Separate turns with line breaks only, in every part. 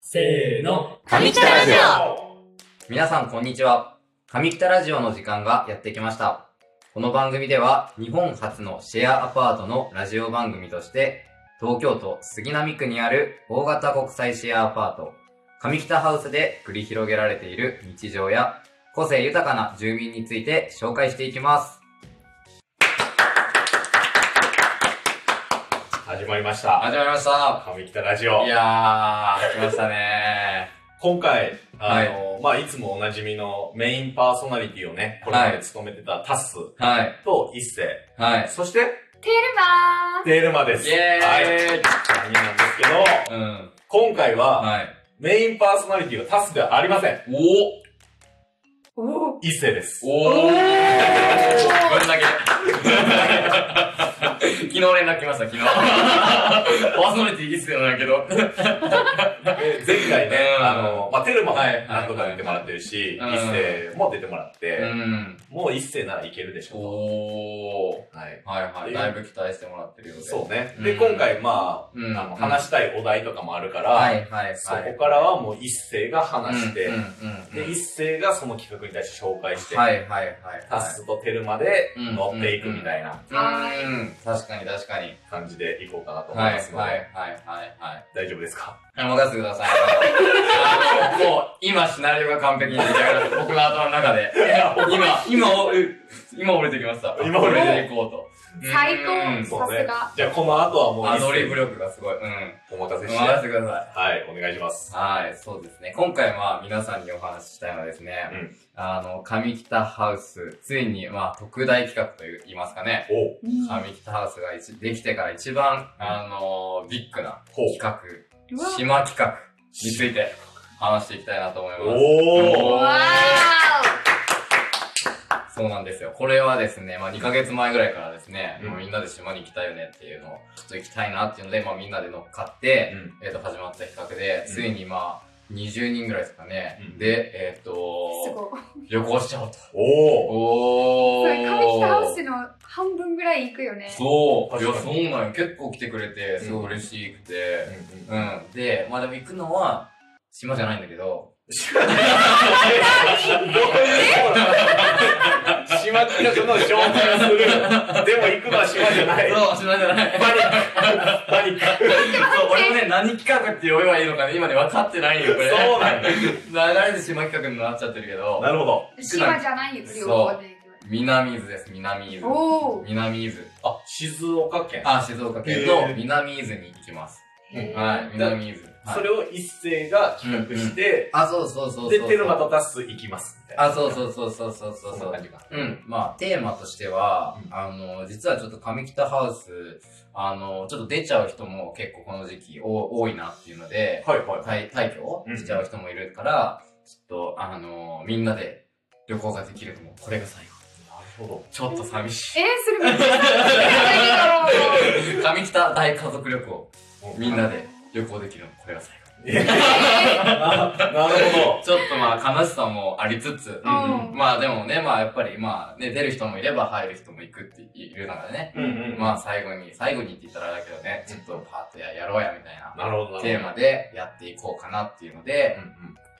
せーの。
上北ラジ
オ
皆さんこんにちは。上北ラジオの時間がやってきました。この番組では日本初のシェアアパートのラジオ番組として、東京都杉並区にある大型国際シェアアパート、上北ハウスで繰り広げられている日常や個性豊かな住民について紹介していきます。
始まりました。
始まりました。
上北ラジオ
い。やー、来ましたね
今回、あの、まあ、いつもおなじみのメインパーソナリティをね、これまで務めてたタッス
ー。はい。
と一世、
はい。
そして、
テルマー
テールマです。
イエ
はい。
ーイ、
3人なんですけど、
うん。
今回は、
はい。
メインパーソナリティはタッスではありません。
お
お
一世です。
お
お
ー
ー
ぶんだけ。昨日連絡来ました、昨日。パーソナリティいいっすよだけど。
で前回ね、
うん
あの、まあ、テルマも
はい
何度か出てもらってるし、一
はい
世も出てもらっ
う
て、
ん。
もう一世ならいけるでしょ
おー。
う。はい。
はいはい。だいぶ期待してもらってるようで。
そ
ね。
うね。
う
で、
ん
今回、ま
う
あ、
ん。
あの話したいお題とかもあるから、
はいはいはい。
そこからはもう一斉が話して、
うんうんうん
で、一斉がその企画に対して紹介して、
はいはいはいはい。
タスとテルマで
うん
乗っていくみたいな
うん。確かに確かに。
感じでいこうかなと思い
はいは
ま
い
すので、
はいはいはい。
大丈夫ですか
はい任せてください。あの、もう、今シナリオが完璧に出来上がって、僕の頭の中で。今、今、う今折れてきました。
今折れて
ていこうと。
最
うん
高さすが
じゃあ、この後はもう
ア
一
ドリブ
斉
力がすごい。うん。
お任せして、
任せてくださ
はい、お願いします。
い。はい、そうですね。今回は皆さんにお話ししたいのはですね、
うん
あの、上北ハウス、ついに、まあ、特大企画と言いますかね、
お
うん
上北ハウスが一できてから一番、あの、ビッグな
ほ
企画、
うわ
島企画について話していきたいなと思います。
お
お
お
ー
わ
そうなんですよ。これはですね、まあ2ヶ月前ぐらいからですね、
うん
もうみんなで島に行きたいよねっていうのを、ちょっと行きたいなっていうので、まあみんなで乗っかって、えっ、と、始まった企画で、
うん
ついにまあ、20人ぐらいですかね。
うん
で、えっ、
ーす
と、
ごい。
旅行しちゃおうと。
おお
お
それ、上北ハウ
ス
スの半分ぐらい行くよね。
そう。いや、
確か
そ
に
うなんよ。結構来てくれて、すごい嬉しくて。うん。で、まあでも行くのは、島じゃないんだけど、
島企画の紹介をする。でも行くのは島じゃない。
そう、島じゃ ない。
パニック。パニッ ク。
そう、俺もね、何企画って呼べばいいのかね、今ね、分かってないよ、これ。
そうなんだ
流れで島企画になっちゃってるけど、
なるほど。
島じゃないよ、両方で。
南伊豆です、南伊豆。
おー。
南伊豆。
あ、静岡県。
あ、静岡県
へ
の
ー
南伊豆に行きます。
うん
はい、南伊豆。はい
それを一斉が企画して、
あ、そうそうそうそう。
で、テルマとタス行きます。みたいな
あ、そうそうそうそうそうそう
そ
そう
んな感。じか。
うん。まあ、テーマとしては、
うん
あの、実はちょっと上北ハウス、あの、ちょっと出ちゃう人も結構この時期お多いなっていうので、
はいはい。
退退去しちゃう人もいるから、ちょっと、あのーみんなで旅行ができるのも、これが最後。
なるほど。
ちょっと寂し
えー、それめっちゃいいだろう。
い。 上北大家族旅行、みんなで旅行できるのも、これが最後。
えななるほ
ちょっとまあ、悲しさもありつつ、
うんうん
まあでもね、まあやっぱりまあ、ね、出る人もいれば入る人も行くっていう中でね、
ど。うんうん。
まあ最後に、最後にって言ったらあれだけどね、ちょっとパートややろうやみたいな
なるほど。
テーマでやっていこうかなっていうので、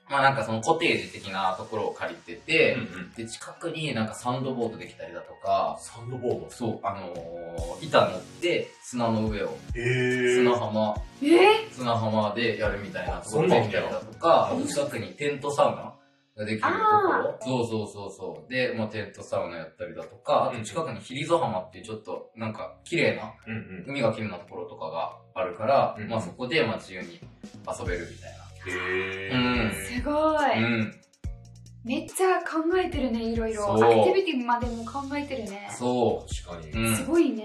まあなんかそのコテージ的なところを借りてて、
うんうん。
で、近くになんかサンドボードできたりだとか、
サンドボード。
そう、あのー、板乗って砂の上を、
へえ
砂浜、
え
砂浜でやるみたいな
あ
ところ
そ
で
うな
き
ん
た
だ
り
よ
だとか、あと近くにテントサウナができると
あ
ころ。そうそうそうそう。で、まあ、テントサウナやったりだとか、あと近くにヒリゾ浜っていうちょっとなんか綺麗な、
うんうん。
海が綺麗なところとかがあるから、
うん
まあそこでまあ自由に遊べるみたいな。
へ
うん
すごい。
うん。
めっちゃ考えてるね、いろいろ。
そう
アクティビティまでも考えてるね。
そ
確かに。
う。う。
うん
すごい
ん。
ね。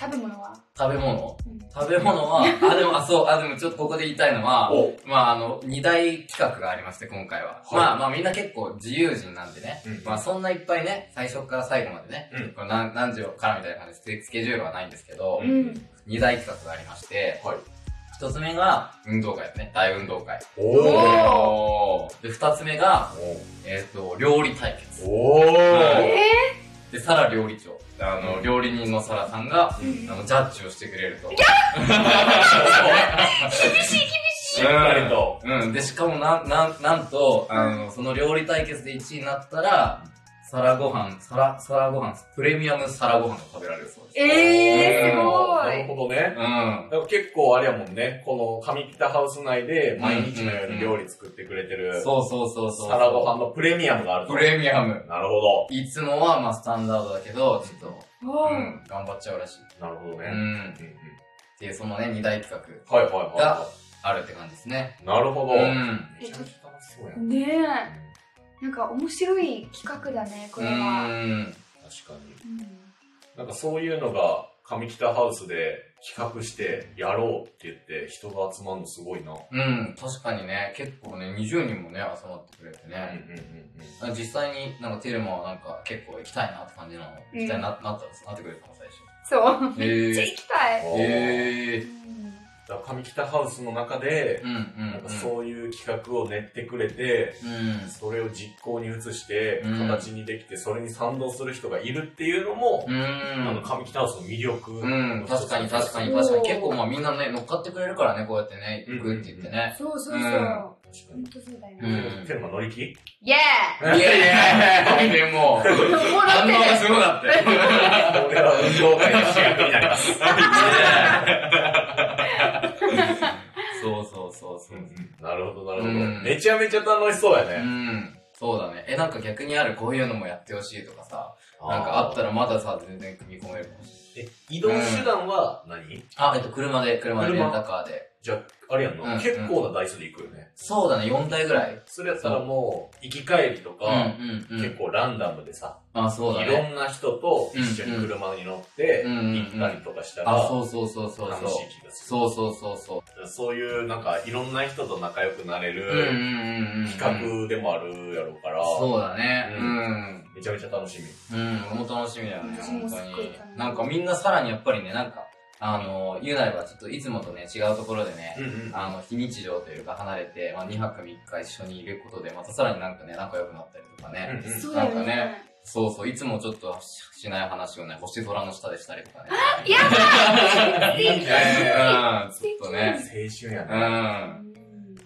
食べ物は
食べ物
うん
食べ物は、あ、でも、あ、そう、あ、でもちょっとここで言いたいのは、
お
まあ、あの、二大企画がありまして、今回は。
はい
まあ、まあ、みんな結構自由人なんでね。
うん
まあ、そんないっぱいね、最初から最後までね、
うん
これ何何時からみたいな感じでスケスケジュールはないんですけど、
う
うんん。
二大企画がありまして、
はい
一つ目が運動会ですね、大運動会。
お
ー
で、二つ目が、えっ、と、料理対決。
お
え
ー
ー
で、サラ料理長。あの、料理人のサラさんが、あの、ジャッジをしてくれると。厳しい厳し
しっかりと。
うん。で、しかもなん、なん、なんと、あの、その料理対決で1位になったら、皿ご飯、皿、皿ご飯、プレミアム皿ご飯が食べられるそうです。
えー、す
なる
ごい。
ほどね。
うん。
だから結構あれやもんね、この上北ハウス内で毎日のように料理作ってくれてる、
そうそうそうそう。
皿ご飯のプレミアムがあると
プ。レミアム。
なるほど。
いつもは、まあ、スタンダードだけど、ちょっと、
お
う
ー
ん、頑張っちゃうらしい。
なるほど
う
ね。
ん。
うんうん
っていう、そのね、二大企
はいはいはいは
画、あるって感じですね。
い。なるほ
う
ど。
ん。
めちゃめちゃ楽しそうやん。
ねえ。なんか面白い企画だね、こ
う
れは。
ん。
確かに。
うん
なんかそういうのが上北ハウスで企画してやろうって言って人が集まるのすごいな。う
うん、確かにね、結構ね、20人もね、集まってくれてね。
んうんう
あ実際になんかテルマはなんか結構行きたいなって感じなの、
うん
行きたいななったんですなってくれたの最初
そう。
へ
めっちゃ行きたい。
ん。え
え
うん
だから上北ハウスの中で
うん、うん
な
う
んか
ん
そういう企画を練ってくれて、
うん
それを実行に移して、
うん
形にできて、それに賛同する人がいるっていうのも、あの、上北ハウスの魅力。
うん、うん、確かに確かに確かに結構まあみんなね乗っかってくれるからねこうやってね行くって言ってね、
そうそうそ
う
う。
ん
本
確かに。
当そうだよ
う
ね。
ん
テルマ乗り気う
イェ
い
ん
やいやいやいやもう
ーイもうだ
反応が
って、
すごかったよ
俺は運動会の主役になります。
そうそうそうそう、
なるほど、なるほど、
うん
めちゃめちゃ楽しそうや
う
ね。
んそうだねえなんか逆にあるこういうのもやってほしいとかさなんかあった
ら。
らまださ全然組み込めるかもしれない
え、移動手段は何、
あえっと車で車で
車
レンタカーで
じゃあ、あれやんな、
うん
結構な台数で行くよね。
そうだね、4台ぐらい。
それやったらもう、行き帰りと
う
か、
うん
結。構ランダムでさ、
あ、そうだ
い
ね。
ろんな人と一緒に車に乗って、
うんうん
行ったりとかしたら、
あ、そうそうそうそうそう
楽。しい気がする。
そうそうそうそ
そういう、なんか、いろんな人と仲良くなれ
う。うんうん
る
うんうん。
企画でもあるやろうから、
そうだね。
う
うんん。
めちゃめちゃ楽しみ。
うん、俺も楽しみだよね、
私も
本
すっ
当
ごい楽しみ
に。なんかみんなさらにやっぱりね、なんか、あの、ユナイはちょっといつもとね、違うところでね、
うんうん。
あの、非日常というか離れて、まあ2泊3日一緒にいることで、またさらになんかね、仲良くなったりとかね。
うんうん
そうだよ
なんかね
ね。
そうそう、いつもちょっとししない話をね、星空の下でしたりと かね。
やだ
いいね
うん、ちょっとね。
青春や
う
ね。
ん。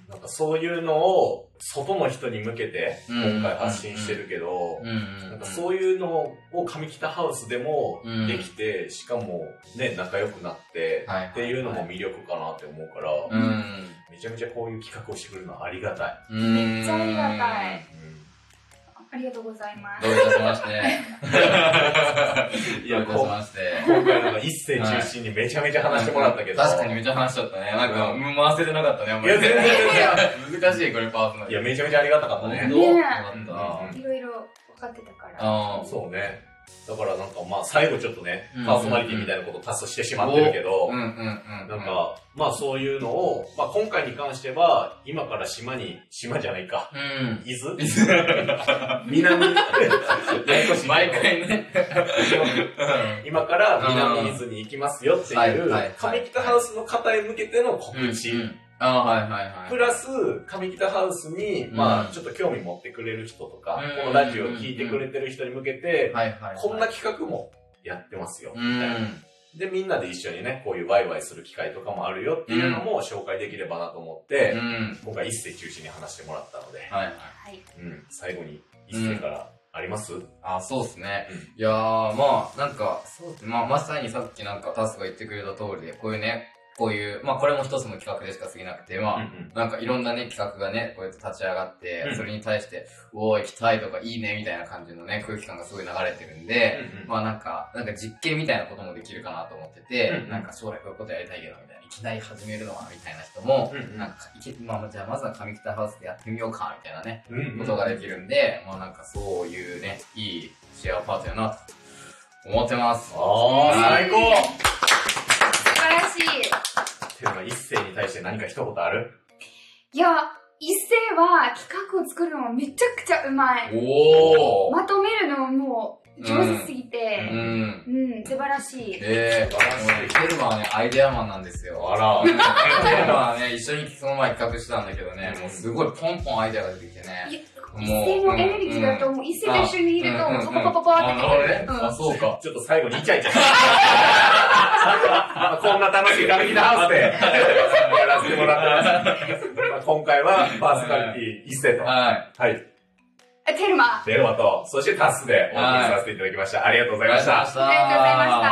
なんかそういうのを、外の人に向けて、
うん
今回発信してるけど、
うん。
なんかそういうのを上北ハウスでも
うん
できて、しかもね、仲良くなって、
はいはいはい
っていうのも魅力かなって思うから、
うん。
めちゃめちゃこういう企画をしてくれるのはありがたい。
うん。
めっちゃありがたい。
う
ありがとうございます
ど。ういたしまして。
いや
どういたしまして。
ん、今回なんか一世中心にめちゃめちゃ話してもらったけど。
確かにめっちゃ話しちゃったね。なんか、
う
うん、回せてなかったね、あんまり。
いや全 然
難しい、これパーソナ
い
リテ
や、めちゃめちゃありがたかった
ィ。
ね。
どう
ね
よか
うん
っ
いろいろ分かってたか
た。
ら。
ああ。
そうね。だからなんかまあ最後ちょっとね
う、ん
パーソナリティみたいなことを達成してしまってるけど、
うんうんうん。
なん、か、まあそういうのを、まあ今回に関しては、今から島に、島じゃないか、
うん。
伊豆南、
毎回ね。
今から南伊豆に行きますよっていう
うんはいはい、はい
上北ハウスの方へ向けての告知。
うんああ、はいはいはい。
プラス、上北ハウスに、
うん
まあ、ちょっと興味持ってくれる人とか、
うん
このラジオを聞いてくれてる人に向けて、
はいはいはい。
こんな企画もやってますよ、み
う
たいな。
ん。
で、みんなで一緒にね、こういうワイワイする機会とかもあるよっていうのも紹介できればなと思って、
うん。
今回一世中心に話してもらったので、
はいはい。
はい。
うん、最後に一世からあります、
あ、そうですね
うん。
いやー、まあ、なんか、そうっすねまあ、まさにさっきなんかタスが言ってくれた通りで、こういうね、こういう、まあ、これも一つの企画でしか過ぎなくて、まあ、
うん
なんかいろんなね、企画がね、こうやって立ち上がって、
うん
それに対して、おー、行きたいとか、いいね、みたいな感じのね、空気感がすごい流れてるんで、
うん
まあなんか、なんか実験みたいなこともできるかなと思ってて、
うん
なんか将来こういうことやりたいけど、みたいな、いきなり始めるのは、みたいな人も、
うんうん
なんか、いけ、まあ、じゃあまずは上北ハウスでやってみようか、みたいなね、
うんうん
ことができるんで、まあなんかそういうね、いいシェアパートやな、と思ってます。
あー、最高
素晴らしい。
ていうのは一世に対して何か一言ある
いや、一世は企画を作るのめちゃくちゃうまい。
おー
まとめるのも上手すぎ
う
て、
ん。
うん、素晴らしい。
で、
素晴らしい
俺テルマはね、アイデアマンなんですよ。
あら
テルマはね、一緒にその前企画したんだけどね、もうすごいポンポンアイデアが出てきてね。
いや一斉のエネルギーがあると、もう一斉と一緒にいると、
うんうん
パパパパパってくる。
ねあ、そうか。
ちょっと最後にイチャイ チャして。なんかこんな楽しい楽器だーって、やらせてもらってます。今回はパーソナリティ一世と、は
はい。
い、
あテルマ。
電話と、そしてタスでお送りさせていただきました。ありがとうございました。
ありがとうございました。